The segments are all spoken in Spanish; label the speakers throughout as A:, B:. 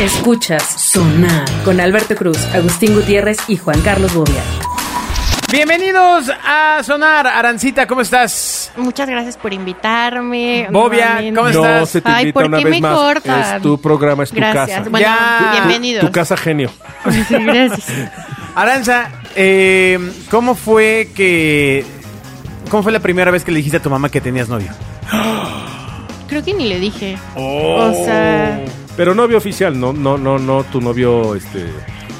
A: Escuchas Sonar con Alberto Cruz, Agustín Gutiérrez y Juan Carlos Bobia.
B: Bienvenidos a Sonar. Arancita, ¿cómo estás?
C: Muchas gracias por invitarme.
B: Bobia,
C: nuevamente.
B: ¿cómo estás?
D: No se te invita
C: Ay, ¿por
D: una
C: qué
D: vez
C: me
D: más.
C: cortan?
D: Es tu programa, es tu
C: Gracias.
D: casa.
C: Bueno,
B: Ya.
C: bienvenidos.
D: Tu casa genio.
C: Sí, gracias.
B: Aranza, eh, ¿cómo fue que... ¿Cómo fue la primera vez que le dijiste a tu mamá que tenías novio?
C: Creo que ni le dije.
B: Oh.
C: O sea,
D: Pero novio oficial, no, no, no, no, tu novio, este.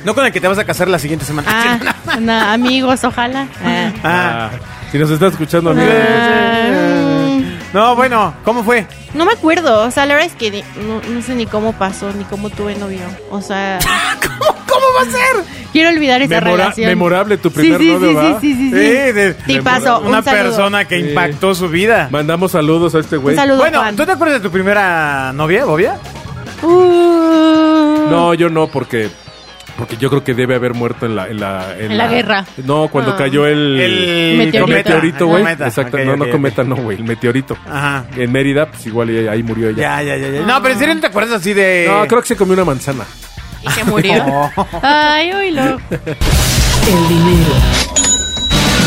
B: No con el que te vas a casar la siguiente semana.
C: ah, na- amigos, ojalá. Ah.
B: Ah.
D: ah, si nos estás escuchando, amigo.
C: Ah,
B: No, bueno, ¿cómo fue?
C: no me acuerdo, o sea, la verdad es que ni- no, no sé ni cómo pasó, ni cómo tuve novio. O sea,
B: ¿Cómo va a ser?
C: quiero olvidar esa
D: Memora-
C: relación.
D: memorable tu primer
C: sí, sí,
D: novio,
C: sí,
D: ¿va?
C: sí, sí, sí,
B: de-
C: Sí, paso, un
B: Una
C: saludo.
B: persona que
D: Sí.
B: impactó su vida.
D: Mandamos saludos a este
C: Un
D: güey.
C: saludo,
B: Bueno,
C: Juan.
B: ¿tú te acuerdas de tu primera novia, Bobia?
C: Uh.
D: No, yo no, porque. Porque yo creo que debe haber muerto en la... En la,
C: En la guerra.
D: No, cuando
C: Ah.
D: cayó el...
C: Meteorito.
D: meteorito,
C: meteorito,
D: güey.
B: Cometa.
D: Exacto,
B: Ok,
D: no,
B: ok,
D: no
B: ok.
D: cometa, no, güey. El meteorito.
B: Ajá.
D: En Mérida, pues igual ahí, ahí murió ella.
B: Ya, eh. ya, ya, ya. No, pero en serio no te acuerdas así de.
D: No, creo que se comió una manzana.
C: Y se murió. Ay, oílo.
A: El dinero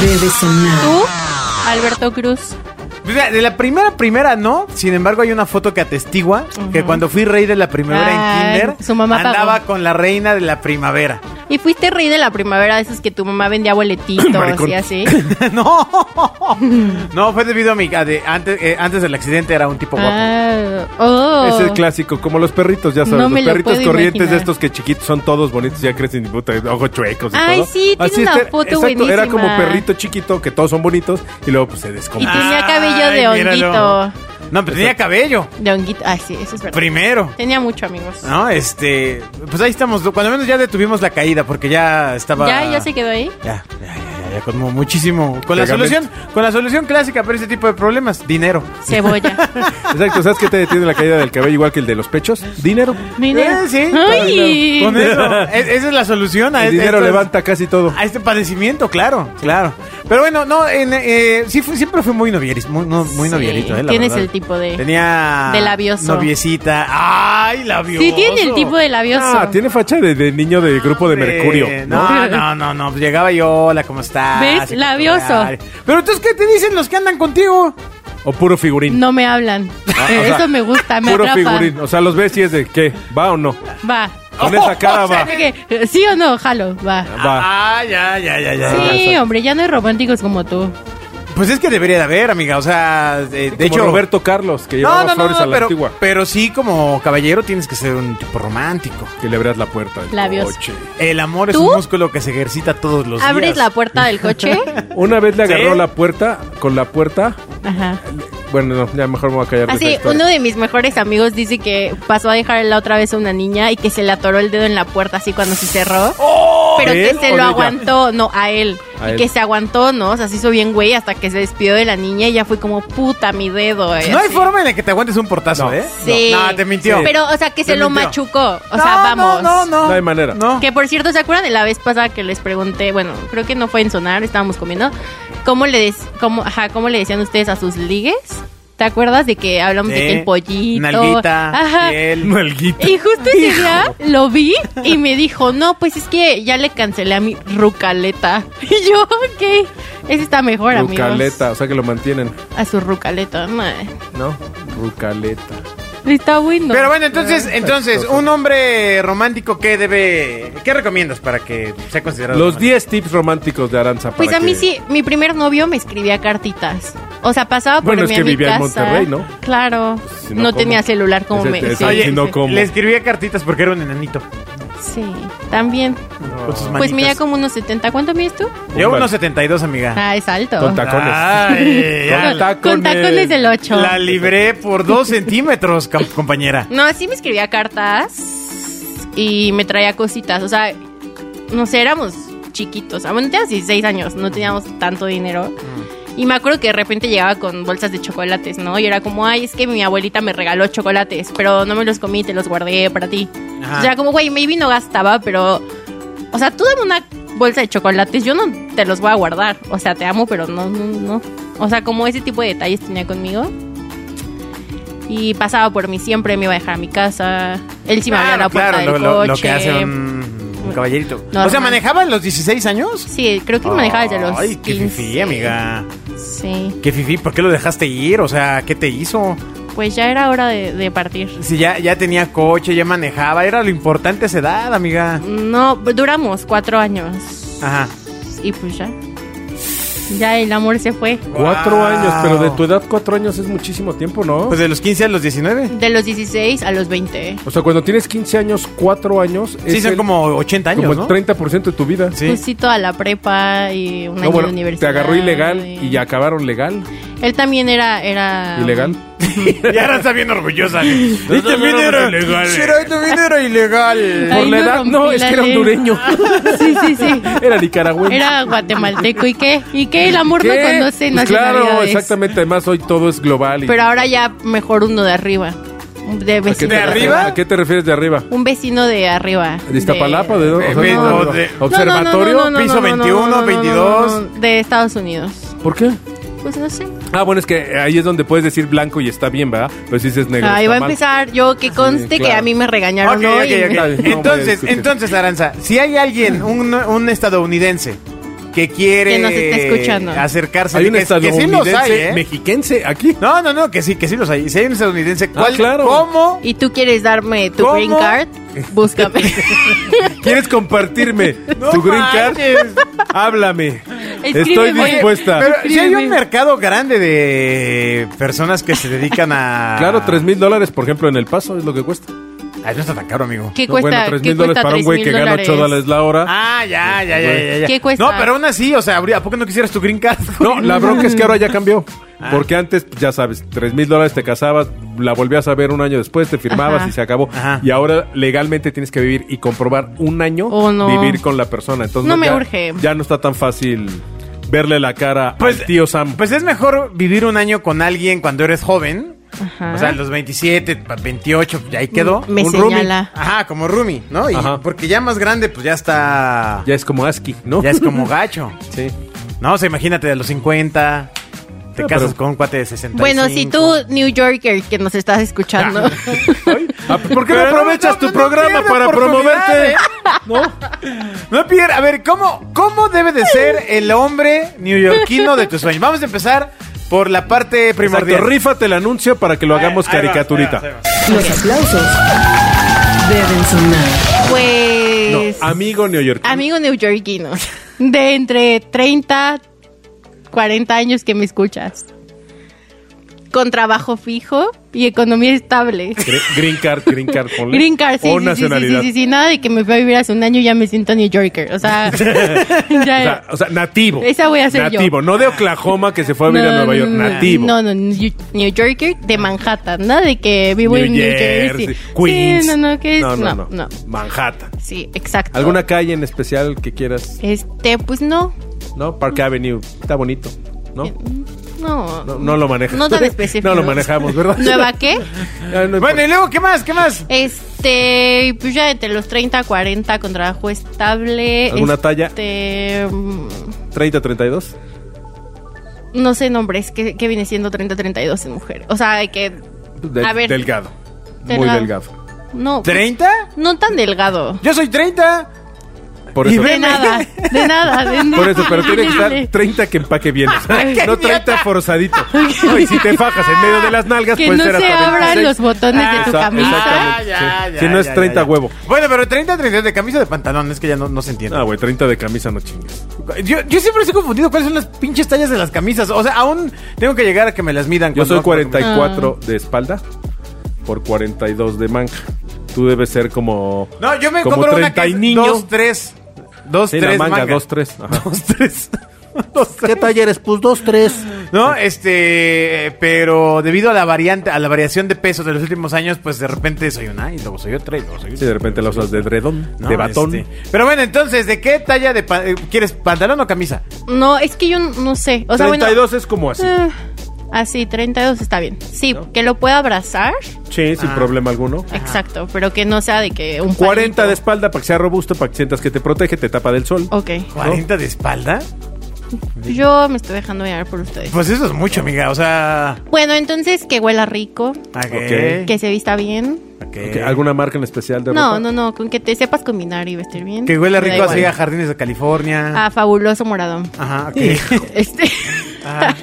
A: debe sonar.
C: ¿Tú? Alberto Cruz.
B: Mira, De la primera, primera no. Sin embargo, hay una foto que atestigua que cuando fui rey de la primavera
C: Ay,
B: en Kinder,
C: su mamá
B: andaba
C: pagó.
B: con la reina de la primavera.
C: Y fuiste rey de la primavera, de esos que tu mamá vendía boletitos
D: Maricón.
C: y así.
B: no, no, fue debido a mi. a de- antes, eh, antes del accidente era un tipo guapo.
C: Ah, oh.
D: Es el clásico, como los perritos, ya sabes,
C: No me
D: los
C: lo
D: perritos
C: puedo
D: corrientes de
C: imaginar.
D: estos que chiquitos son todos bonitos, ya crecen y puta, ojos chuecos y
C: Ay,
D: todo. este,
C: sí, tiene una foto
D: Era como
C: buenísima.
D: perrito chiquito, que todos son bonitos, y luego pues se
C: Y
D: descompone.
C: tenía
B: Ay,
C: cabello de
B: míralo.
C: honguito.
B: No, pero tenía cabello.
C: De honguito. Ay, sí, eso es verdad.
B: Primero.
C: Tenía mucho, amigos.
D: Ah,
B: No, este. Pues ahí estamos. Cuando menos ya detuvimos la caída porque ya estaba.
C: ¿Ya? ¿Ya se quedó ahí?
B: Ya, ya, ya, ya, ya, con mu- muchísimo. Con la
D: Pegamento.
B: solución, con la solución clásica para este tipo de problemas, dinero.
C: Cebolla.
D: Eh, Exacto, ¿sabes qué te detiene la caída del cabello igual que el de los pechos? Dinero.
C: Mira.
B: Eh, sí,
C: Ay.
B: Con eso, e- esa es la solución a,
D: El
B: este-
D: dinero
B: estos-
D: levanta casi todo.
B: a este padecimiento, claro, claro. Pero bueno, no, en, eh, sí fui- siempre fui muy novieris, muy, no- muy
C: Sí,
B: novierito, eh, la
C: Tienes
B: verdad.
C: el tipo de.
B: Tenía
C: de labioso.
B: noviecita. Ay, labioso.
C: Sí, tiene el tipo de labioso.
D: Ah, tiene facha de, de niño de grupo de Mercurio.
B: Eh,
D: ¿no?
B: No, no, no, no. pues Llegaba yo, hola, ¿cómo estás?
C: ¿Ves?
B: Y-
C: Labioso.
B: Pero entonces, ¿qué te dicen los que andan contigo?
D: O puro figurín.
C: No me hablan.
D: Ah, o
C: Eh,
D: sea,
C: eso me gusta, me
D: Puro
C: atrapa.
D: figurín. O sea, los ves y es de ¿qué? ¿Va o no?
C: Va.
D: Con esa cara
B: O sea,
D: va.
B: que-
C: Ok, eh, ¿Sí o no? Jalo, va.
D: Va.
B: Ah, ya, ya, ya, ya.
D: Ah,
C: Sí,
D: exacto.
C: hombre, ya no hay románticos como tú.
B: Pues es que debería de haber, amiga. O sea, eh, de,
D: De
B: hecho.
D: hecho, Roberto Carlos, que
B: no,
D: llevaba
B: no, no,
D: flores
B: no,
D: a la
B: pero,
D: antigua.
B: pero sí, como caballero, tienes que ser un tipo romántico.
D: Que le abrías la puerta del
C: Labios.
D: coche.
B: El amor es
C: ¿Tú?
B: un músculo que se ejercita todos los
C: ¿Abres
B: días.
C: la puerta del coche?
D: Una vez le agarró
B: ¿Sí?
D: la puerta, con la puerta.
C: Ajá.
D: Bueno, no, ya mejor me voy a callar. de esa
C: Así,
D: historia.
C: uno de mis mejores amigos dice que pasó a dejar la otra vez a una niña y que se le atoró el dedo en la puerta así cuando se cerró.
B: Oh,
C: pero que
D: ¿él
C: se
D: o
C: lo
D: ella?
C: aguantó, no, a él.
D: A
C: y
D: él.
C: que se aguantó, ¿no? O sea, se hizo bien güey hasta que se despidió de la niña y ya fue como, puta, mi dedo. eh,
B: No hay
C: así.
B: forma en la que te aguantes un portazo,
D: No.
B: ¿eh?
C: Sí.
B: No, te mintió.
C: Pero, o sea, que
B: Te
C: se lo
B: mintió.
C: machucó. O
B: No,
C: sea, vamos.
B: No, no, no.
D: No hay manera.
B: No.
C: Que por cierto, ¿se acuerdan de la vez pasada que les pregunté? Bueno, creo que no fue en sonar, estábamos comiendo. ¿Cómo le, des- cómo, ajá, cómo le decían ustedes a sus ligues? ¿Te acuerdas de que hablamos de
B: Sí.
C: que el pollito?
B: Nalguita,
C: Ajá.
B: piel.
D: Nalguita.
C: Y justo ese día lo vi y me dijo, no, pues es que ya le cancelé a mi rucaleta. Y yo, ok, ese está mejor, amigos.
D: Rucaleta, o sea que lo mantienen,
C: A su rucaleta, madre.
D: ¿no? Rucaleta.
C: Está bueno.
B: Pero bueno, entonces,
D: Eh,
B: entonces,
D: exacto.
B: un hombre romántico, ¿qué debe. ¿Qué recomiendas para que sea considerado?
D: Los
B: romántico?
D: 10 tips románticos de Aranza.
C: Pues
D: para
C: a mí
D: que-
C: sí, mi primer novio me escribía cartitas. O sea, pasaba por
D: Bueno, es
C: mí
D: que
C: a mi
D: vivía en
C: casa.
D: Monterrey, ¿no?
C: Claro.
D: Si no,
C: no
D: ¿cómo?
C: tenía celular como
D: Ese-
C: me.
D: ese-
C: sí,
D: Oye,
C: sí,
D: no,
C: sí.
D: ¿cómo?
B: Le escribía cartitas porque era un enanito.
C: Sí, también.
B: Con sus
C: Pues mira
B: manitas.
C: como unos 70. ¿Cuánto mides tú?
B: Yo
D: Vale.
B: 1.72, amiga.
C: Ah, es alto.
D: Con tacones.
B: Ay, ya.
D: Con tacones.
C: Con tacones del 8.
B: La libré por dos centímetros, com- compañera.
C: No, sí me escribía cartas y me traía cositas. O sea, no sé, éramos chiquitos. Ah, Bueno, teníamos 16 años, no teníamos tanto dinero. Y me acuerdo que de repente llegaba con bolsas de chocolates, ¿no? Y era como, ay, es que mi abuelita me regaló chocolates, pero no me los comí, te los guardé para ti.
B: Ajá.
C: O sea, como, güey, maybe no gastaba, pero. O sea, tú dame una bolsa de chocolates, yo no te los voy a guardar. O sea, te amo, pero no, no, no. O sea, como ese tipo de detalles tenía conmigo. Y pasaba por mí siempre, me iba a dejar a mi casa. Él sí me abría la puerta
B: claro, lo,
C: del
B: lo-
C: coche.
B: lo que hace un, un caballerito. O sea,
C: Normal.
B: ¿manejaba a los 16 años?
C: Sí, creo que manejaba desde los
B: Ay, qué
C: 15.
B: fifí, amiga.
C: Sí,
B: Qué fifí, ¿por qué lo dejaste ir? O sea, ¿qué te hizo?
C: pues ya era hora de, de partir.
B: Si ya, ya tenía coche, ya manejaba, era lo importante a esa edad, amiga.
C: No, duramos cuatro años.
B: Ajá.
C: Y pues ya. Ya el amor se fue.
D: Cuatro
B: Wow.
D: años, pero de tu edad cuatro años es muchísimo tiempo, ¿no?
B: Pues de los 15 a los 19.
C: De los 16 a los 20.
D: o sea, cuando tienes 15 años, cuatro años es
B: Sí, son
D: el-
B: como 80 años,
D: como el
B: ¿no?
D: 30% de tu vida.
B: Sí.
C: Pues sí, toda la prepa y un año
D: No, bueno,
C: de
D: te
C: universidad.
D: agarró ilegal y ya acabaron legal.
C: Él también era... era
D: ilegal.
B: Y ahora está bien orgullosa. Y
D: también era-
B: Era, también era ilegal.
C: Ay,
D: Por la
C: no
D: edad,
C: rompí
D: no,
C: la
D: es que era
C: ley.
D: hondureño.
C: Sí, sí, sí.
D: Era nicaragüense.
C: Era guatemalteco. ¿Y qué? ¿Y qué? El amor
D: ¿Qué?
C: no conoce
D: Pues
C: nacionalidades.
D: Claro, exactamente. Además, hoy todo es global. y-
C: Pero ahora ya mejor uno de arriba. De
D: ¿A qué
C: vecino.
D: te-
B: ¿De arriba?
D: ¿A qué te refieres de arriba?
C: Un vecino de arriba.
D: ¿De Iztapalapa? ¿De dónde?
B: de-
D: O sea,
B: de-
D: no,
B: de-
D: no, ¿Observatorio?
C: No, no, no, no, no,
B: piso
C: no, no, no,
B: 21,
C: no, no, no,
B: 22.
C: no, no, De Estados Unidos.
D: ¿Por qué?
C: Pues no sé.
D: Ah, bueno, es que ahí es donde puedes decir blanco y está bien, ¿verdad? Pero si dices negro.
C: Ahí
D: está
C: va a
D: mal.
C: empezar yo que conste
D: claro.
C: que a mí me regañaron
B: Ok,
C: hoy.
B: ok, ok.
C: y me-
D: No voy a
B: Entonces,
D: discutir.
B: entonces, Aranza, si hay alguien, un, un estadounidense, que quiere
C: Que nos esté escuchando.
B: acercarse,
D: Hay un
B: que, que sí los
D: estadounidense
B: hay, ¿eh?
D: mexiquense aquí.
B: No, no, no, que sí, que sí los hay. Si hay un estadounidense, ¿cuál,
D: Ah, claro.
B: ¿cómo?
C: Y tú quieres darme tu
B: ¿Cómo?
C: green card, búscame.
D: ¿Quieres compartirme
B: No
D: tu green card?
B: manches.
D: Háblame. Estoy
C: Escríbeme.
D: dispuesta.
B: Pero si hay un mercado grande de personas que se dedican a...
D: Claro, tres mil dólares, por ejemplo, en El Paso es lo que cuesta.
B: Ay, no está tan caro, amigo.
C: ¿Qué
D: No,
C: cuesta?
D: bueno, tres
C: ¿Qué
D: mil dólares
C: cuesta
D: para un güey que
C: 3,000
D: gana ocho dólares la hora.
B: Ah, ya, ya, ya, ya, ya.
C: ¿Qué cuesta?
B: No, pero aún así, o sea, habría- ¿a poco no quisieras tu green card?
D: No, la bronca es que ahora ya cambió.
B: Pues Ah.
D: Porque antes, pues, ya sabes, tres mil dólares te casabas, la volvías a ver un año después, te firmabas
C: Ajá.
D: y se acabó.
B: Ajá.
D: Y ahora legalmente tienes que vivir y comprobar un año
C: Oh, no.
D: vivir con la persona. Entonces,
C: No me
D: ya-
C: urge.
D: Ya no está tan fácil verle la cara
B: Pues-
D: al tío Sam.
B: Pues es mejor vivir un año con alguien cuando eres joven.
C: Ajá. Mm,
B: O sea, los 27, pa- 28, y ahí quedó.
C: Me
B: un roomie.
C: señala.
B: Ajá, como Rumi, ¿no? Y
D: Ajá.
B: porque ya más grande, pues ya está.
D: ya es como ASCII, ¿no?
B: Ya es como gacho.
D: Sí.
B: No, o sea, imagínate de los 50. Te
D: No,
B: casas
D: Ah, pero-
B: con un cuate de 65.
C: Bueno, si tú, New Yorker, que nos estás escuchando.
D: Ay, ah, ¿Por qué no
B: pues, Pero no,
D: aprovechas
B: no,
D: tu
B: no
D: programa
B: pierdas
D: para promoverte?
B: oportunidades.
D: ¿No?
B: No, Pierre, a ver, ¿cómo, ¿cómo debe de ser el hombre neoyorquino de tus sueños? Vamos a empezar por la parte primordial.
D: Exacto, rífate el anuncio para que lo hagamos
B: Ahí va,
D: caricaturita.
B: ahí va, ahí va.
A: Los aplausos deben sonar.
C: pues.
D: No, amigo neoyorquino.
C: amigo neoyorquino. De entre 30, 40 años que me escuchas. Con trabajo fijo y economía estable.
D: Gre- Green card, green card, ponle.
C: Green card, sí, sí, sí, sí,
D: O
C: sí,
D: nacionalidad.
C: sí, sí, nada de que me fui a vivir hace un año y ya me siento New Yorker, o sea, ya-
D: O sea, o sea, nativo.
C: Esa voy a ser yo. Ah.
D: Nativo, no de Oklahoma que se fue a vivir a Nueva York.
C: no, no.
D: nativo.
C: No, no, New New Yorker de Manhattan, nada de que vivo
D: New
C: en New Jersey.
D: Jersey, Queens.
C: Sí, no, no, que es,
D: no, no, no.
C: no, no.
D: Manhattan.
C: Sí, exacto.
D: ¿Alguna calle en especial que quieras?
C: Este, pues no.
D: ¿No? Park Avenue. Está bonito. ¿No?
C: No.
D: No, no lo manejas.
C: No tan específico.
D: no lo manejamos, ¿verdad?
C: ¿Nueva qué?
D: Ya no
B: Bueno,
D: importa.
B: y luego, ¿qué más? ¿Qué más?
C: Este, pues ya entre los 30, 40 con trabajo estable.
D: ¿Alguna
C: este,
D: talla?
C: mm,
D: 30, 32.
C: No sé nombres, que, que viene siendo 30-32 en mujer. O sea, de que.
D: De-
C: a ver.
D: Delgado. Muy
C: Delgado.
D: delgado.
C: No. pues,
B: ¿30?
C: No tan delgado.
B: Yo soy 30.
D: Por
B: Y
D: eso.
B: ve-
C: De nada, de nada, de nada.
D: Por eso, pero tiene que estar 30 que empaque bien. o sea,
B: ¡Qué
D: no 30 forzadito. No, y si te fajas en medio de las nalgas,
C: Que
D: puede
C: no
D: ser
C: se
D: hasta
C: abran
D: 26.
C: los botones de tu
D: Exa-
B: Ah,
C: camisa.
D: exactamente, sí. Si no es 30 huevo.
B: Bueno, pero 30, 30 de camisa o de pantalón, es que ya no, no se entiende.
D: Ah, güey, 30 de camisa no chingues.
B: Yo, yo siempre estoy confundido cuáles son las pinches tallas de las camisas. O sea, aún tengo que llegar a que me las midan.
D: Yo
B: cuando
D: soy
B: vas por la compra.
D: 44
C: Ah.
D: de espalda por 42 de manga. Tú debes ser como.
B: No, yo me
D: como
B: compro una que
D: 30 y
B: es
D: niño.
B: 2, 3. 2,
D: Sí, la
B: 3
D: manga,
B: manga.
D: 2, 3. Ajá.
B: 2, 3.
E: ¿Qué talleres? Pues dos, tres.
B: No, este, pero debido a la variante, a la variación de pesos de los últimos años, pues de repente soy una y luego soy otra y luego soy
D: Sí, de repente la usas de dredón,
B: No,
D: de batón.
B: este, Pero bueno, entonces, ¿de qué talla de pa- eh, quieres pantalón o camisa?
C: No, es que yo no sé. O sea,
D: 32 es como así.
C: bueno. eh, así, 32 está bien. Sí,
D: ¿No?
C: que lo pueda abrazar.
D: Sí, sin
B: Ah.
D: problema alguno.
C: Exacto, pero que no sea de que un
D: 40 de
C: palito.
D: espalda para que sea robusto, para que sientas que te protege, te tapa del sol.
C: Ok.
D: Este.
B: ¿40 de espalda?
C: Yo me estoy dejando llevar por ustedes.
B: Pues eso es mucho, amiga. O sea.
C: Bueno, entonces que huela rico,
B: Okay.
C: que se vista bien.
B: ok.
D: Ok, ¿Alguna marca en especial de
C: No,
D: ropa?
C: no, no, con que te sepas combinar y vestir bien.
B: Que huele
C: Me da
B: rico
C: igual. Ah.
B: así a jardines de California.
C: A fabuloso morado.
B: Ajá, ok. Ah,
C: Este,
B: Ajá.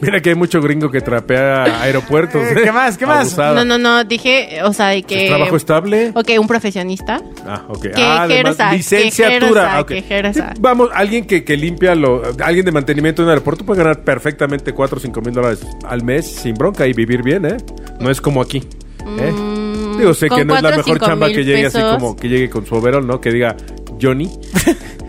D: Mira que hay mucho gringo que trapea aeropuertos.
B: Eh, ¿qué más? ¿Qué más?
D: Abusada.
C: no, no, no, dije, o sea, de que...
D: ¿Es ¿Trabajo estable?
C: Ok, un profesionista.
D: Ah, ok.
C: Que
D: ah, de
C: ejerza,
D: ma-
C: que
D: licenciatura.
C: ejerza,
D: ah, ok.
C: que ejerza.
D: Sí, Vamos, alguien que, que limpia, lo, alguien de mantenimiento en un aeropuerto puede ganar perfectamente 4 o 5 mil dólares al mes sin bronca y vivir bien, ¿eh? No es como aquí. ¿eh?
C: Mm,
D: Digo, sé
C: con
D: que no es la
C: cuatro o
D: mejor
C: cinco
D: chamba
C: mil
D: que llegue así
C: pesos.
D: como que llegue con su overall, ¿no? Que diga, Johnny,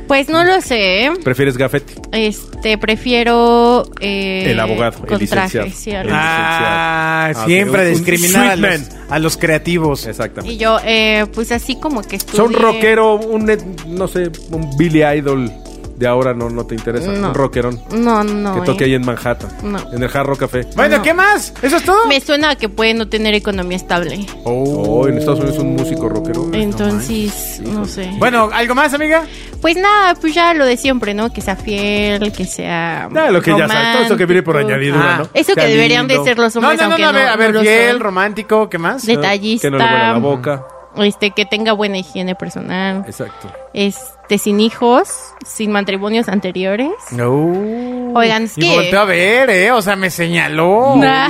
C: Pues no lo sé.
D: ¿prefieres gafete?
C: Este, prefiero... eh,
D: El abogado, el
C: con
D: licenciado.
C: traje, cierto.
D: El-
B: Ah,
D: licenciado.
B: siempre
D: Ah, ok. Un- un
B: discriminar a los,
D: sweet
B: a los creativos.
D: Exactamente.
C: Y yo, eh, pues así como que estudié...
D: Son rockero, un, eh, no sé, un Billy Idol de ahora no, no te interesa.
C: No.
D: Un rockerón
C: No, no.
D: que toque
C: eh.
D: ahí en Manhattan,
C: No.
D: en el Jarro Café.
B: Bueno,
C: No.
B: ¿qué más? ¿Eso es todo?
C: Me suena a que puede no tener economía estable.
D: Oh, en Estados Unidos un músico rockero.
C: Entonces, no sé.
B: Bueno, ¿algo más, amiga?
C: Pues nada, pues ya lo de siempre, ¿no? Que sea fiel, que sea.
D: Ah, lo que ya sabes, todo eso que viene por
C: romántico.
D: añadidura,
B: Ah.
D: ¿no?
C: Eso que
D: Sea
C: deberían de
D: lindo,
C: ser los
B: No,
C: hombres,
B: no, no,
C: aunque
B: no, a ver, a ver,
C: no lo
B: fiel,
C: son.
B: romántico, ¿qué más?
C: De-
D: ¿no? Que no le huela la
C: detallista.
D: boca.
C: Este, que tenga buena higiene personal.
D: Exacto.
C: Este, sin hijos, sin matrimonios anteriores.
B: No.
C: Oigan, es
B: Uh. y
C: que-
B: volteó a ver, ¿eh? O sea, me señaló.
C: Nah,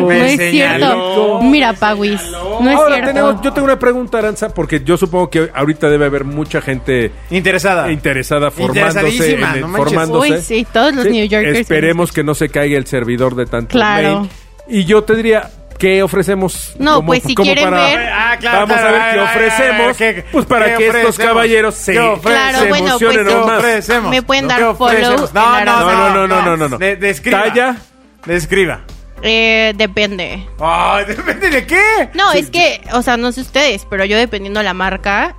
C: no
B: Me
C: es
B: señaló,
C: cierto. Mira, Pawis. No es
D: Pues, Ahora
C: cierto.
D: tenemos, yo tengo una pregunta, Aranza, porque yo supongo que ahorita debe haber mucha gente
B: Interesada.
D: interesada formándose,
B: Interesadísima,
D: en-
B: no manches.
D: formándose.
C: Uy, sí, todos los New Yorkers.
D: ¿eh? Esperemos que no se caiga el servidor de tanto
C: Claro.
D: mail. Y yo te diría, ¿qué ofrecemos?
C: No, pues, si quieren ver-
B: Ah, claro,
D: Vamos
B: claro,
D: a ver qué
B: a ver,
D: ofrecemos,
B: a ver, ¿qué-
D: pues para
B: qué
D: que estos
B: ofrecemos?
D: caballeros se,
B: ¿Qué ofrecemos?
C: Claro,
D: se
C: bueno,
D: emocionen
C: pues,
D: aún
B: ¿Qué
D: más.
B: ofrecemos?
C: Me pueden
B: ¿No?
C: dar
B: ¿Qué ofrecemos?
C: follow
B: No,
C: en
B: no,
D: Aranza.
B: no, no, no, no, no, no.
D: De- describa.
B: Talla. Describa.
C: Eh, depende.
B: Ay, depende de qué.
C: No, es que, o sea, no sé ustedes, pero yo dependiendo la marca,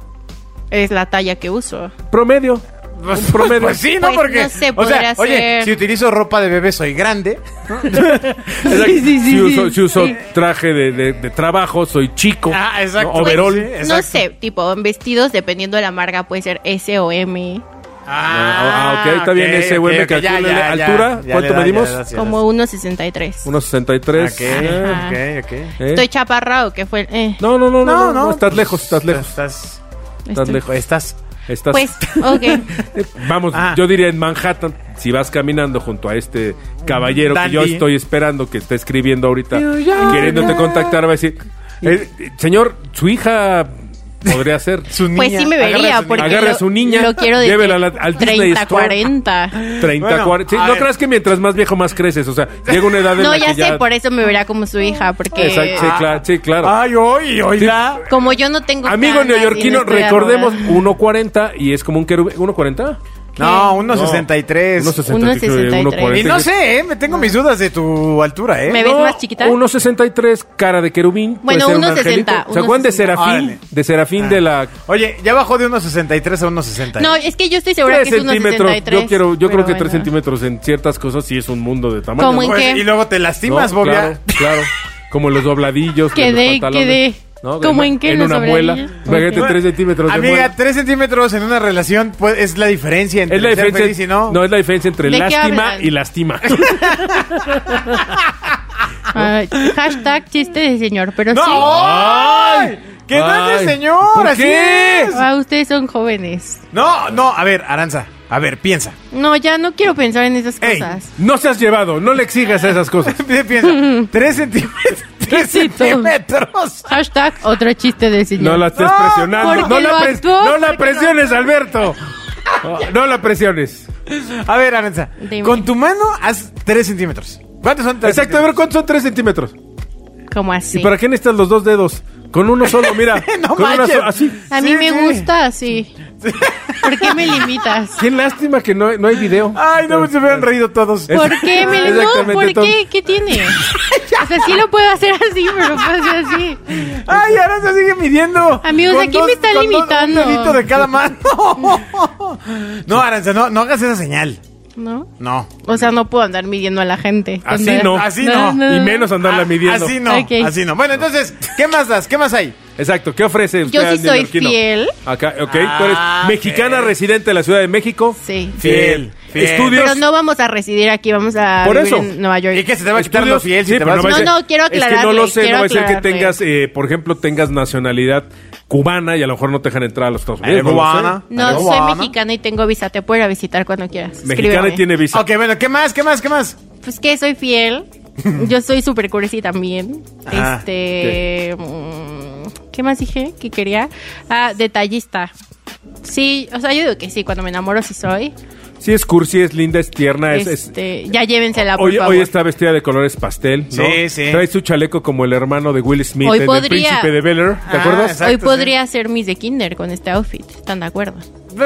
C: es la talla que uso.
D: Promedio.
B: Pues,
D: Un promedio.
B: pues sí, ¿no?
C: Pues,
B: Porque.
C: no sé,
B: o sea,
C: podría
B: oye,
C: ser-
B: si utilizo ropa de bebé, soy grande.
D: Exacto.
C: sí, sí,
D: si
C: sí,
D: uso, si uso
C: sí.
D: traje de, de- de trabajo, soy chico.
B: Ah, exacto.
D: ¿no? Overol.
B: Sí, exacto.
C: Pues, No sé, tipo, en vestidos, dependiendo de la marca, puede ser S o M,
D: Ah, ok, está bien, ese güey
B: ok,
D: me
B: ok, ya,
D: calcula
B: ya,
D: la
B: ya,
D: altura,
B: ya
D: ¿cuánto
B: le da,
D: medimos?
B: ya le da, ya
C: como 1.63.
D: Unos 63.
B: Ah, le da.
D: Eh,
C: Ajá.
B: Ok, ok, ok.
D: eh.
C: ¿Estoy chaparra o qué fue? Eh,
D: No, no, no, no,
B: No,
D: no,
B: no. pues,
D: Estás lejos, estás lejos.
B: Estás.
D: Estás
C: estoy-
D: lejos.
B: Estás.
D: Estás.
C: Pues, ok.
D: Vamos,
B: Ah.
D: yo diría en Manhattan, si vas caminando junto a este caballero
B: Dandy.
D: que yo estoy esperando que esté escribiendo ahorita,
B: New York.
D: queriéndote contactar, va a decir, eh, eh, señor, su hija podría ser.
B: Su niña.
C: Pues sí me vería,
B: Agarra
C: porque
B: a su niña.
D: Agarra
C: lo-
D: a su niña,
C: lo quiero de
D: llévela a la- al Disney
C: 30,
D: Store.
C: 40.
D: 30,
B: Bueno,
D: 40. Sí,
B: a
D: no
B: ver.
D: creas que mientras más viejo más creces, o sea, llega una edad en
C: No,
D: la
C: ya
D: que
C: sé, por eso me vería como su hija, porque
D: Exacto, sí, claro, sí, claro.
B: Ay, hoy, hoy la.
C: como yo no tengo...
D: Amigo
C: canas y no
D: neoyorquino,
C: estoy
D: recordemos
C: arrugada.
D: 1.40 y es como un querub ¿1.40?
B: No, 1.63.
D: Unos 63,
C: 1.63.
D: 1.40.
B: Y no sé, ¿eh? Me tengo mis dudas de tu altura, ¿eh?
C: Me
D: No,
C: ves más chiquita?
D: 1.63, cara de querubín. puede
C: Bueno,
D: ser un
C: 1.60,
D: angelito. ¿Se acuerdan
C: 1.60?
D: de Serafín?
B: Órale. Ah.
D: De Serafín de la...
B: Oye, ya bajó de 1.63 a 1.60.
C: No, es que yo estoy segura
D: 3
C: que es
D: centímetros.
C: 1.63.
D: Yo, quiero, yo creo
C: pero
D: que 3
C: bueno.
D: centímetros en ciertas cosas sí es un mundo de tamaño.
C: Como
D: ¿no?
C: en
B: Pues,
C: qué?
B: Y luego te lastimas,
D: No,
B: Bobia.
D: Claro, claro. Como los dobladillos. de
C: Quedé,
D: los pantalones,
C: quedé.
D: ¿no?
C: ¿Cómo en qué
D: En
C: los
D: una muela.
C: dobladillos?
D: Imagínate
C: Ok.
D: 3 centímetros de
B: Amiga,
D: muela.
B: 3 centímetros en una relación pues, es la diferencia entre
D: Es la
B: ser
D: diferencia,
B: feliz y no.
D: no, es la diferencia entre
C: ¿De qué
D: lástima
C: hablan?
D: y lastima.
C: Ay, Ah, hashtag chiste de señor, pero
B: ¡No!
C: sí.
B: ¡Ay! ¡Qué grande,
D: Ay,
B: señor!
D: ¿por
B: Así
D: qué?
B: es.
C: Ah, ustedes son jóvenes.
B: No, no, a ver, Aranza. A ver, piensa.
C: No, ya no quiero pensar en esas
B: Ey.
C: cosas.
D: No seas llevado, no le exijas esas cosas.
B: piensa. 3 centímetros. 3
C: Piecito.
B: centímetros.
C: Hashtag otro chiste de señor.
D: No la estés
B: No,
D: presionando.
C: porque
D: No la,
C: lo
D: pres-
C: actuó,
D: no
C: porque
D: la
C: lo
D: presiones, Alberto. Oh, No la presiones.
B: A ver, Aranza.
C: Dime.
B: Con tu mano haz 3 centímetros. ¿Cuántos son 3
D: Exacto, a ver cuántos son 3 centímetros.
C: Como así.
D: ¿Y para qué necesitas los dos dedos? Con uno solo, mira.
B: No
D: con una
B: manches.
D: sola, así.
C: A mí
B: Sí,
C: me
B: sí.
C: gusta así. ¿Por qué me limitas?
D: Qué lástima que no, no hay video.
B: Ay, no, se hubieran reído todos.
D: Es-
C: ¿Por qué me limitas?
D: Exactamente,
C: No, ¿por
D: Tom.
C: qué? ¿Qué tiene? O sea, sí lo puedo hacer así, pero no puedo hacer así.
B: Ay, Aranza sigue midiendo.
C: Amigos,
B: Con
C: aquí me está
B: con dos-
C: limitando.
B: Un dedito de cada mano. No, Aranza, no, no hagas esa señal.
C: ¿No?
B: No.
C: O sea, no puedo andar midiendo a la gente.
D: Así no.
B: Así no.
D: Y menos andarla
B: Ah,
D: midiendo.
B: Así no,
C: Ok.
B: así no. Bueno, entonces, ¿qué más das? ¿Qué más hay?
D: Exacto, ¿qué ofrece usted
C: Yo sí
D: al
C: soy
D: neoyorquino?
C: fiel.
D: Acá, ok,
B: Ah,
D: tú eres
B: ok.
D: mexicana residente de la Ciudad de México.
C: Sí.
B: Fiel. Fiel.
D: Estudios.
C: Pero no vamos a residir aquí, vamos a
D: Por
C: vivir
D: eso.
C: en Nueva York.
B: ¿Y qué se te va a quitar
D: Estudios,
B: lo fiel si
D: sí,
B: te
D: pero
B: vas?
D: va a
C: No,
D: ser-
C: no, quiero
D: Es que no lo
C: aclararle,
D: sé,
C: quiero
D: no va a ser que
C: aclararle.
D: tengas, eh, por ejemplo, tengas nacionalidad cubana y a lo mejor no te dejan entrar a los Estados Unidos. no lo sé.
B: Cubana.
C: No, soy
B: Marihuana.
C: mexicana y tengo visa, te puedo ir a visitar cuando quieras.
D: Mexicana
C: Escríbeme.
D: y tiene visa.
B: Ok, bueno, ¿qué más? ¿Qué más? ¿Qué más?
C: Pues que soy fiel. Yo soy super cursi también.
B: Ah,
C: este. mm, ¿Qué más dije que quería? Ah, detallista. Sí, o sea, yo digo que sí, cuando me enamoro sí soy.
D: Sí, es cursi, es linda, es tierna, es- es,
C: este, ya llévensela, por
D: Hoy,
C: favor.
D: hoy está vestida de colores pastel, ¿no?
B: Sí, sí.
D: Trae su chaleco como el hermano de Will Smith
C: Hoy
D: en El
C: podría.
D: Príncipe de Bel Air, ¿te
B: Ah,
D: acuerdas?
B: exacto,
C: hoy
B: sí.
C: podría ser mis de kinder con este outfit. ¿Están de acuerdo?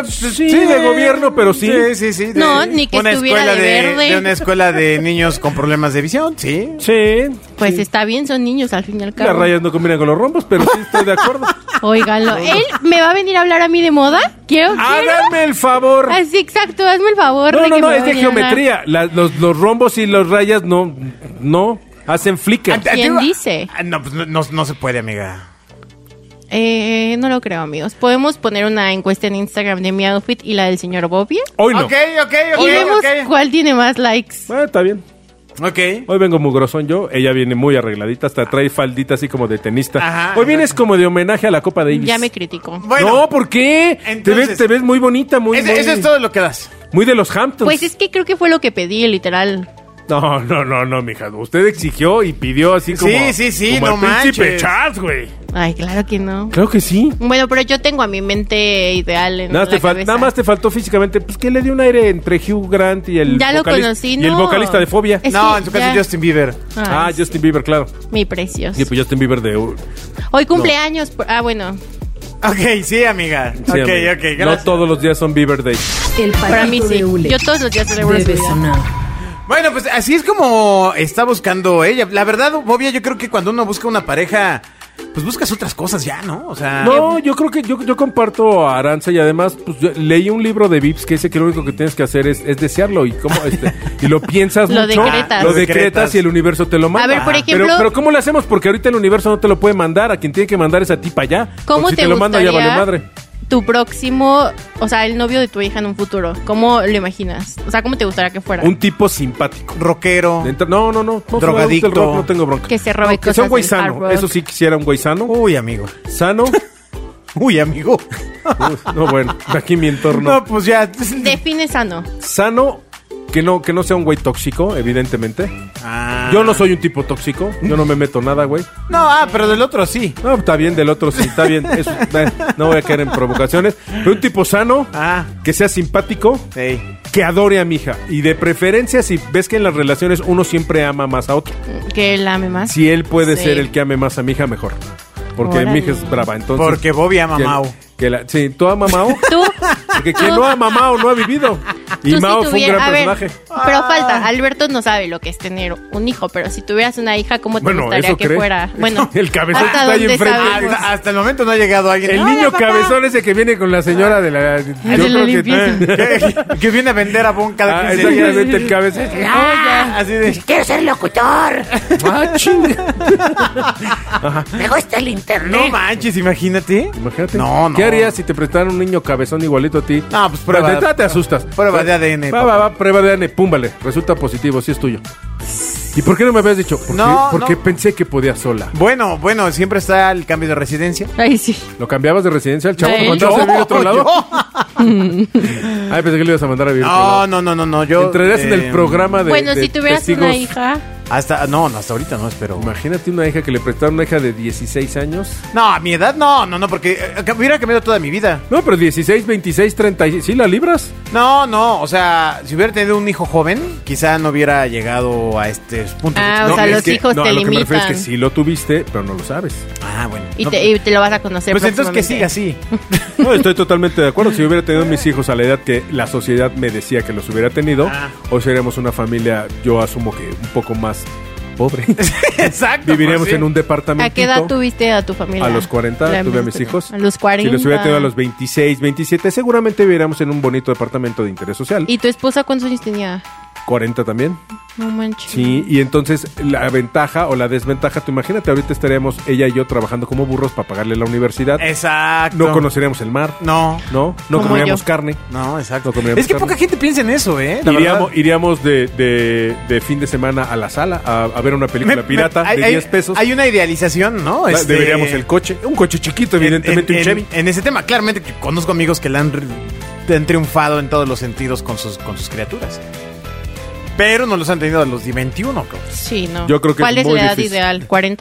D: Sí, de gobierno, pero sí.
B: Sí, sí, sí. de-
C: No, ni que estuviera
B: escuela
C: de verde.
B: de una escuela de niños con problemas de visión, sí.
D: Sí.
C: Pues está bien, son niños al fin y al
D: Las
C: cabo.
D: rayas no combinan con los rombos, pero sí estoy de acuerdo.
C: Óiganlo. ¿Él me va a venir a hablar a mí de moda? Quiero, quiero.
D: ¡Háganme el favor!
C: Así, exacto, hazme el favor.
D: Ah, No,
C: de
D: no,
C: que
D: no,
C: me ¿eh?
D: es de
C: vayan a hablar.
D: geometría. La- los, los rombos y las rayas no, no hacen flicker.
B: Ah,
C: ¿Quién
B: digo-
C: dice?
B: Ah, No, pues no, no- no se puede, amiga.
C: Eh, no lo creo, amigos. Podemos poner una encuesta en Instagram de mi outfit y la del señor Bobby.
D: Hoy no.
B: Ok, ok, ok,
C: y vemos
B: ok.
C: cuál tiene más likes.
D: Ah, está bien.
B: Ok.
D: Hoy vengo mugrosón yo, ella viene muy arregladita, hasta trae faldita así como de tenista.
B: Ajá,
D: Hoy vienes como de homenaje a la Copa Davis.
C: Ya me criticó.
B: Bueno,
D: no, ¿por qué? te,
B: entonces-
D: ves, te ves muy bonita, muy,
B: ese-
D: muy-
B: eso es todo lo que das.
D: muy de los Hamptons.
C: Pues es que creo que fue lo que pedí, literal.
D: No, no, no, no, mija. Usted exigió y pidió así como.
B: Sí, sí, sí,
D: como
B: no
D: al príncipe
B: manches.
D: Charles, güey.
C: Ay, claro que no.
D: Claro que sí.
C: Bueno, pero yo tengo a mi mente ideal en
D: Nada,
C: la
D: te fal-
C: cabeza.
D: nada más te faltó físicamente. Pues que le dio un aire entre Hugh Grant y el.
C: Ya lo
D: vocalista-
C: conocí,
D: Y el
C: no.
D: vocalista de Fobia.
C: Es
B: no,
C: que
B: en tu caso
C: ya-
B: Justin Bieber.
C: Ay,
D: ah, Justin Bieber, claro.
C: Mi precios.
D: Sí, pues Justin Bieber de. uh,
C: Hoy cumpleaños. por- Ah, bueno.
B: Ok, sí, amiga.
D: sí,
B: ok,
D: amigo.
B: ok,
D: No
B: gracias.
D: todos los días son Bieber Day.
A: El
C: Para mí
A: patito
C: sí.
A: de Ule
C: Yo todos los días celebro su
A: debe
C: vida.
A: sonar.
B: Bueno, pues así es como está buscando ella. La verdad, Bobia, yo creo que cuando uno busca una pareja, pues buscas otras cosas ya, ¿no? O sea,
D: No, yo creo que yo, yo comparto a Aranza y además pues, yo leí un libro de Vips que dice que lo único que tienes que hacer es, es desearlo y cómo este, y lo piensas
C: Lo
D: mucho,
C: decretas.
D: lo
B: Lo decretas.
D: decretas y el universo te lo manda.
C: A ver, por
D: Ajá.
C: ejemplo-
D: pero, pero cómo lo hacemos porque ahorita el universo no te lo puede mandar, a quien tiene que mandar es a ti para allá.
C: ¿Cómo
D: Porque
C: te,
D: si lo manda ya
C: gustaría
D: vale madre.
C: tu próximo, o sea, el novio de tu hija en un futuro? ¿Cómo lo imaginas? O sea, ¿cómo te gustaría que fuera?
D: Un tipo simpático.
B: rockero.
D: Entra- No, no, no. no
B: Drogadicto.
D: el rock, no tengo bronca.
C: Que se robe
D: No, que sea un güey
C: cosas del hard
D: sano.
C: rock.
D: Eso sí quisiera un güey sano.
B: Uy, amigo.
D: Sano.
B: Uy, amigo.
D: Uf, no, bueno, aquí mi entorno.
B: No, pues ya.
C: Define sano.
D: Sano, que no, que no sea un güey tóxico, evidentemente.
B: Ah.
D: Yo no soy un tipo tóxico, yo no me meto nada, güey.
B: No, ah, pero del otro sí.
D: No, está bien, del otro sí, está bien. eso, eh, no voy a caer en provocaciones. Pero un tipo sano,
B: Ah.
D: que sea simpático,
B: Sí.
D: que adore a mi hija. Y de preferencia, si ves que en las relaciones uno siempre ama más a otro.
C: Que la ame más.
D: Si él puede
C: Sí.
D: ser el que ame más a mi hija, mejor. Porque mi hija es
C: Órale.
D: brava, entonces...
B: Porque Bobby ama
D: que-
B: Mao.
D: que la- sí, ¿tú amas Mao?
C: Tú.
D: Porque quien no ama a Mao no ha vivido. Y
C: tú si
D: Mao fue un
C: tuviera-
D: gran
C: a ver,
D: personaje.
C: Pero falta. Alberto no sabe lo que es tener un hijo, pero si tuvieras una hija, ¿cómo te
D: Bueno,
C: gustaría
D: eso
C: que
D: cree.
C: fuera? Bueno,
D: El cabezón
C: ¿hasta
D: está ahí
C: dónde
D: enfrente.
C: sabemos?
B: Hasta, hasta el momento no ha llegado alguien. Ah,
D: El
B: Hola,
D: niño
B: papá.
D: cabezón ese que viene con la señora de la... yo
C: Ah. de la
D: creo que-
C: limpieza.
B: Que, que viene a vender a Bon cada
D: Ah,
B: 15 días.
D: exactamente, el cabezón.
B: Ah, Así de.
F: Quiero ser locutor.
D: Ah, chinga.
F: Me gusta el internet.
B: No manches, imagínate.
D: Imagínate.
B: No, no.
D: ¿Qué harías si te prestaran un niño cabezón igualito a ti?
B: No, pues, prueba.
D: De entrada te asustas.
B: Prueba de ADN,
D: Va, va, va, prueba de ADN. Pum, vale. Resulta positivo, sí es tuyo. ¿Y por qué no me habías dicho? ¿Por
B: No,
D: qué, por
B: no.
D: qué pensé que podía sola?
B: Bueno, bueno, siempre está el cambio de residencia.
C: Ay, sí.
D: ¿Lo cambiabas de residencia al chavo?
C: Ay,
D: ¿Lo mandabas a
B: Yo,
D: vivir a otro lado?
B: yo.
D: Ay, pensé que lo ibas a mandar a vivir a otro
B: No,
D: lado.
B: no, no, no, no. Yo.
D: Entrarías en
B: eh,
D: el programa de.
C: bueno,
D: de
C: si tuvieras una
D: testigos.
C: hija.
B: Hasta. No, no, hasta ahorita no espero.
D: Imagínate una hija que le prestaron una hija de 16 años.
B: No, a mi edad no, no, no, porque eh, que hubiera cambiado toda mi vida.
D: No, pero 16, 26, 30. y- ¿Sí la libras?
B: No, no, o sea, si hubiera tenido un hijo joven, quizá no hubiera llegado a este punto.
C: Ah, o
B: No,
C: sea,
B: es
C: los
B: que-
C: hijos
D: no,
C: te
D: a lo que me refiero es
C: limitan.
D: que sí lo tuviste, pero no lo sabes.
B: Ah, bueno.
C: Y,
B: No,
C: te, y te lo vas a conocer.
B: Pues entonces que siga
C: próximamente.
B: así.
D: No, estoy totalmente de acuerdo. Si yo hubiera tenido mis hijos a la edad que la sociedad me decía que los hubiera tenido,
B: Ah.
D: hoy seríamos una familia, yo asumo que un poco más pobre.
B: Exacto.
D: Viviríamos
B: pues, sí.
D: en un departamento.
C: ¿A qué edad tuviste a tu familia?
D: A los 40
C: La
D: tuve a mis
C: misma-
D: hijos.
C: A los 40.
D: Si los hubiera tenido a los 26, 27, seguramente viviríamos en un bonito departamento de interés social.
C: ¿Y tu esposa cuántos años tenía?
D: 40 también.
C: No manches.
D: Sí, y entonces la ventaja o la desventaja, tú imagínate, ahorita estaríamos ella y yo trabajando como burros para pagarle la universidad.
B: Exacto.
D: No conoceríamos el mar.
B: No.
D: No, no
C: Como
D: comeríamos
C: yo.
D: carne.
B: No, exacto.
D: No comeríamos
B: es que
D: carne.
B: poca gente piensa en eso, ¿eh? La
D: Iríamos,
B: verdad.
D: iríamos de, de- de fin de semana a la sala a, a ver una película
B: Me- me-
D: pirata
B: hay-
D: de
B: hay-
D: 10 pesos.
B: Hay una idealización, ¿no?
D: La-
B: Este-
D: Deberíamos el coche. Un coche chiquito,
B: en-
D: evidentemente,
B: en,
D: un Chevy.
B: en- en ese tema, claramente que conozco amigos que la han, re- han triunfado en todos los sentidos con sus, con sus criaturas. Pero no los han tenido a los de 21, cabrón.
C: Sí, no.
D: Yo creo que
C: ¿Cuál
D: es
C: es
D: muy
C: la edad
D: difícil.
C: ideal? ¿40?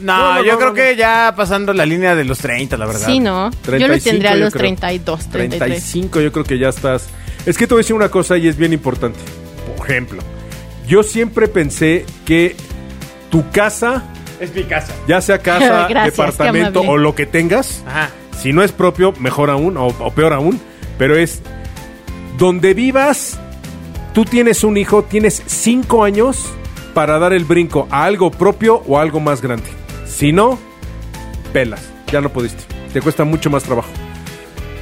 B: No,
D: No, no,
B: yo
D: no,
B: creo
D: no,
B: que ya pasando la línea de los 30, la verdad.
C: Sí, no. yo lo
D: 35,
C: tendría a
D: yo
C: los
D: creo.
C: 32, 33.
D: 35, yo creo que ya estás. Es que te voy a decir una cosa y es bien importante. Por ejemplo, yo siempre pensé que tu casa,
B: Es mi casa.
D: ya sea casa,
C: Gracias, qué
D: departamento
C: amable.
D: o lo que tengas,
B: Ajá.
D: si no es propio, mejor aún o, o peor aún, pero es donde vivas, tú tienes un hijo, tienes cinco años para dar el brinco a algo propio o a algo más grande. Si no, pelas, ya no pudiste. Te cuesta mucho más trabajo.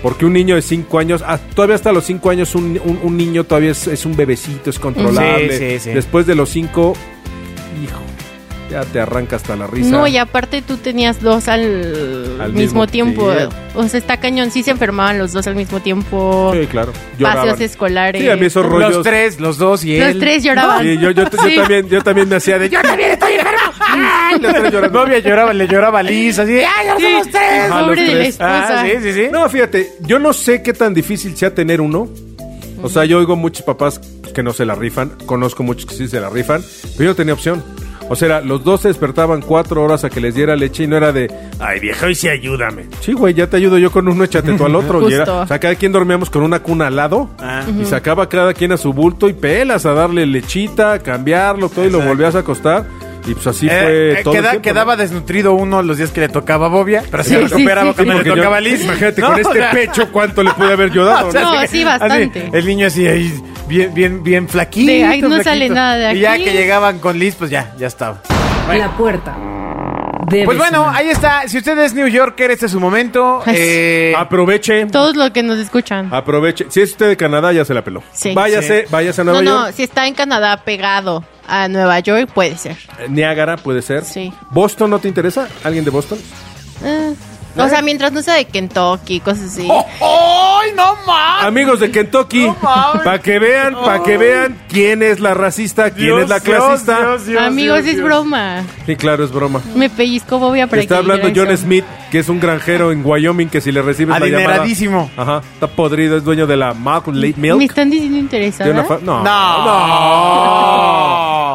D: Porque un niño de cinco años, ah, todavía hasta los cinco años, un, un- un niño todavía es, es un bebecito, es controlable.
B: Sí, sí, sí.
D: Después de los cinco, hijo, ya te arranca hasta la risa.
C: No, y aparte tú tenías dos al,
D: ah. Al mismo
C: mismo tiempo.
D: tiempo.
C: O sea, está cañón. Sí se enfermaban los dos al mismo tiempo.
D: Sí, claro.
C: Paseos
D: Lloraban.
C: escolares.
D: Sí, a mí esos rollos.
B: Los tres, los dos y él.
C: Los tres lloraban.
D: Sí, yo, yo, yo
C: Sí.
D: también, yo también me hacía de yo también estoy enfermo. Ay, los tres llorando.
B: Novia lloraba, le lloraba a Liz, así de, ¡ay, ahora somos tres!
D: Ajá, los
C: Pobre de la
D: tres.
C: esposa.
B: Ah, sí, sí, sí.
D: No, fíjate, yo no sé qué tan difícil sea tener uno. O sea, yo oigo muchos papás que no se la rifan, conozco muchos que sí se la rifan, pero yo no tenía opción. O sea, era, los dos se despertaban cuatro horas a que les diera leche y no era de, ay viejo, y sí, ayúdame. Sí, güey, ya te ayudo yo con uno, échate tú al otro. Y era-
C: Justo.
D: o sea, cada quien dormíamos con una cuna al lado
B: Ah.
D: y sacaba cada quien a su bulto y pelas a darle lechita, a cambiarlo, todo y lo
B: Exacto.
D: volvías a acostar. Y pues así
B: Eh,
D: fue
B: eh,
D: todo. el
B: queda-
D: tiempo,
B: quedaba
D: ¿no?
B: desnutrido uno los días que le tocaba a Bobia, pero se
C: Sí, sí,
B: recuperaba
C: sí.
B: cuando
D: Porque
B: le
D: yo-
B: tocaba a Liz.
D: Imagínate,
B: No,
D: con
B: o
D: este
B: sea,
D: pecho, ¿cuánto le pude haber yo dado?
B: o sea,
C: No,
B: así-
C: sí, bastante.
B: así, el niño así, ahí, bien, bien, bien flaquito.
C: De ahí no
B: flaquito.
C: sale nada de
B: Y ya
C: aquí.
B: que llegaban con Liz, pues ya, ya estaba.
A: La puerta. Debe
B: Pues bueno,
A: sonar.
B: ahí está. Si usted es New Yorker, este es su momento.
C: Ay, sí.
B: Eh,
D: Ah, Aproveche.
C: Todos los que nos escuchan.
D: Aproveche. Si es usted de Canadá, ya se la peló.
C: Sí.
D: Váyase, váyase a
C: No,
D: Nueva
C: no,
D: York.
C: si está en Canadá pegado a Nueva York, puede ser.
D: Eh, Niágara puede ser.
C: Sí.
D: ¿Boston no te interesa? ¿Alguien de Boston?
C: Eh, O sea, mientras no sea de Kentucky, cosas así.
D: Oh,
B: ¡Ay, no más!
D: Amigos de Kentucky,
B: No mames.
D: para que vean, para que vean quién es la racista, quién es la clasista.
C: Amigos, es broma.
D: Sí, claro, es broma.
C: Me pellizco bobia para
D: Te está
C: que
D: hablando
C: digan
D: John
C: eso.
D: Smith, que es un granjero en Wyoming que si le recibes la llamada...
B: Adineradísimo.
D: Ajá, está podrido, es dueño de la Malt Milk.
C: Me están diciendo
D: de una
C: interesada.
D: fa- no,
B: No.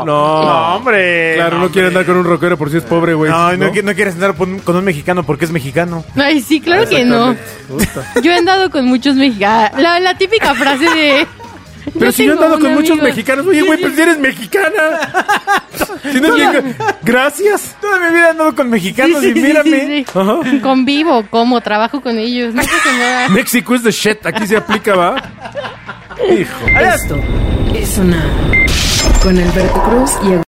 D: No. No,
B: hombre.
D: Claro, no Eh, quiere andar con un rockero por si es pobre, güey.
B: No, no, qui- no quieres andar con un, con un mexicano porque es mexicano.
C: Ay, sí, claro que no. Yo he andado con muchos mexicanos. La, la típica frase de.
D: Pero si yo he
C: tengo
D: andado
C: un
D: con muchos
C: amigo-
D: mexicanos, oye, güey, pero si eres mexicana. Si no es bien- Gracias.
B: Toda mi vida he andado con mexicanos
C: Sí,
D: pues,
B: y
C: sí, sí,
B: mírame.
C: sí, sí. Convivo, como, trabajo con ellos. No pasa nada.
D: México es the shit. Aquí se aplica, ¿va? Hijo.
A: Esto es sonar. Con Alberto Cruz y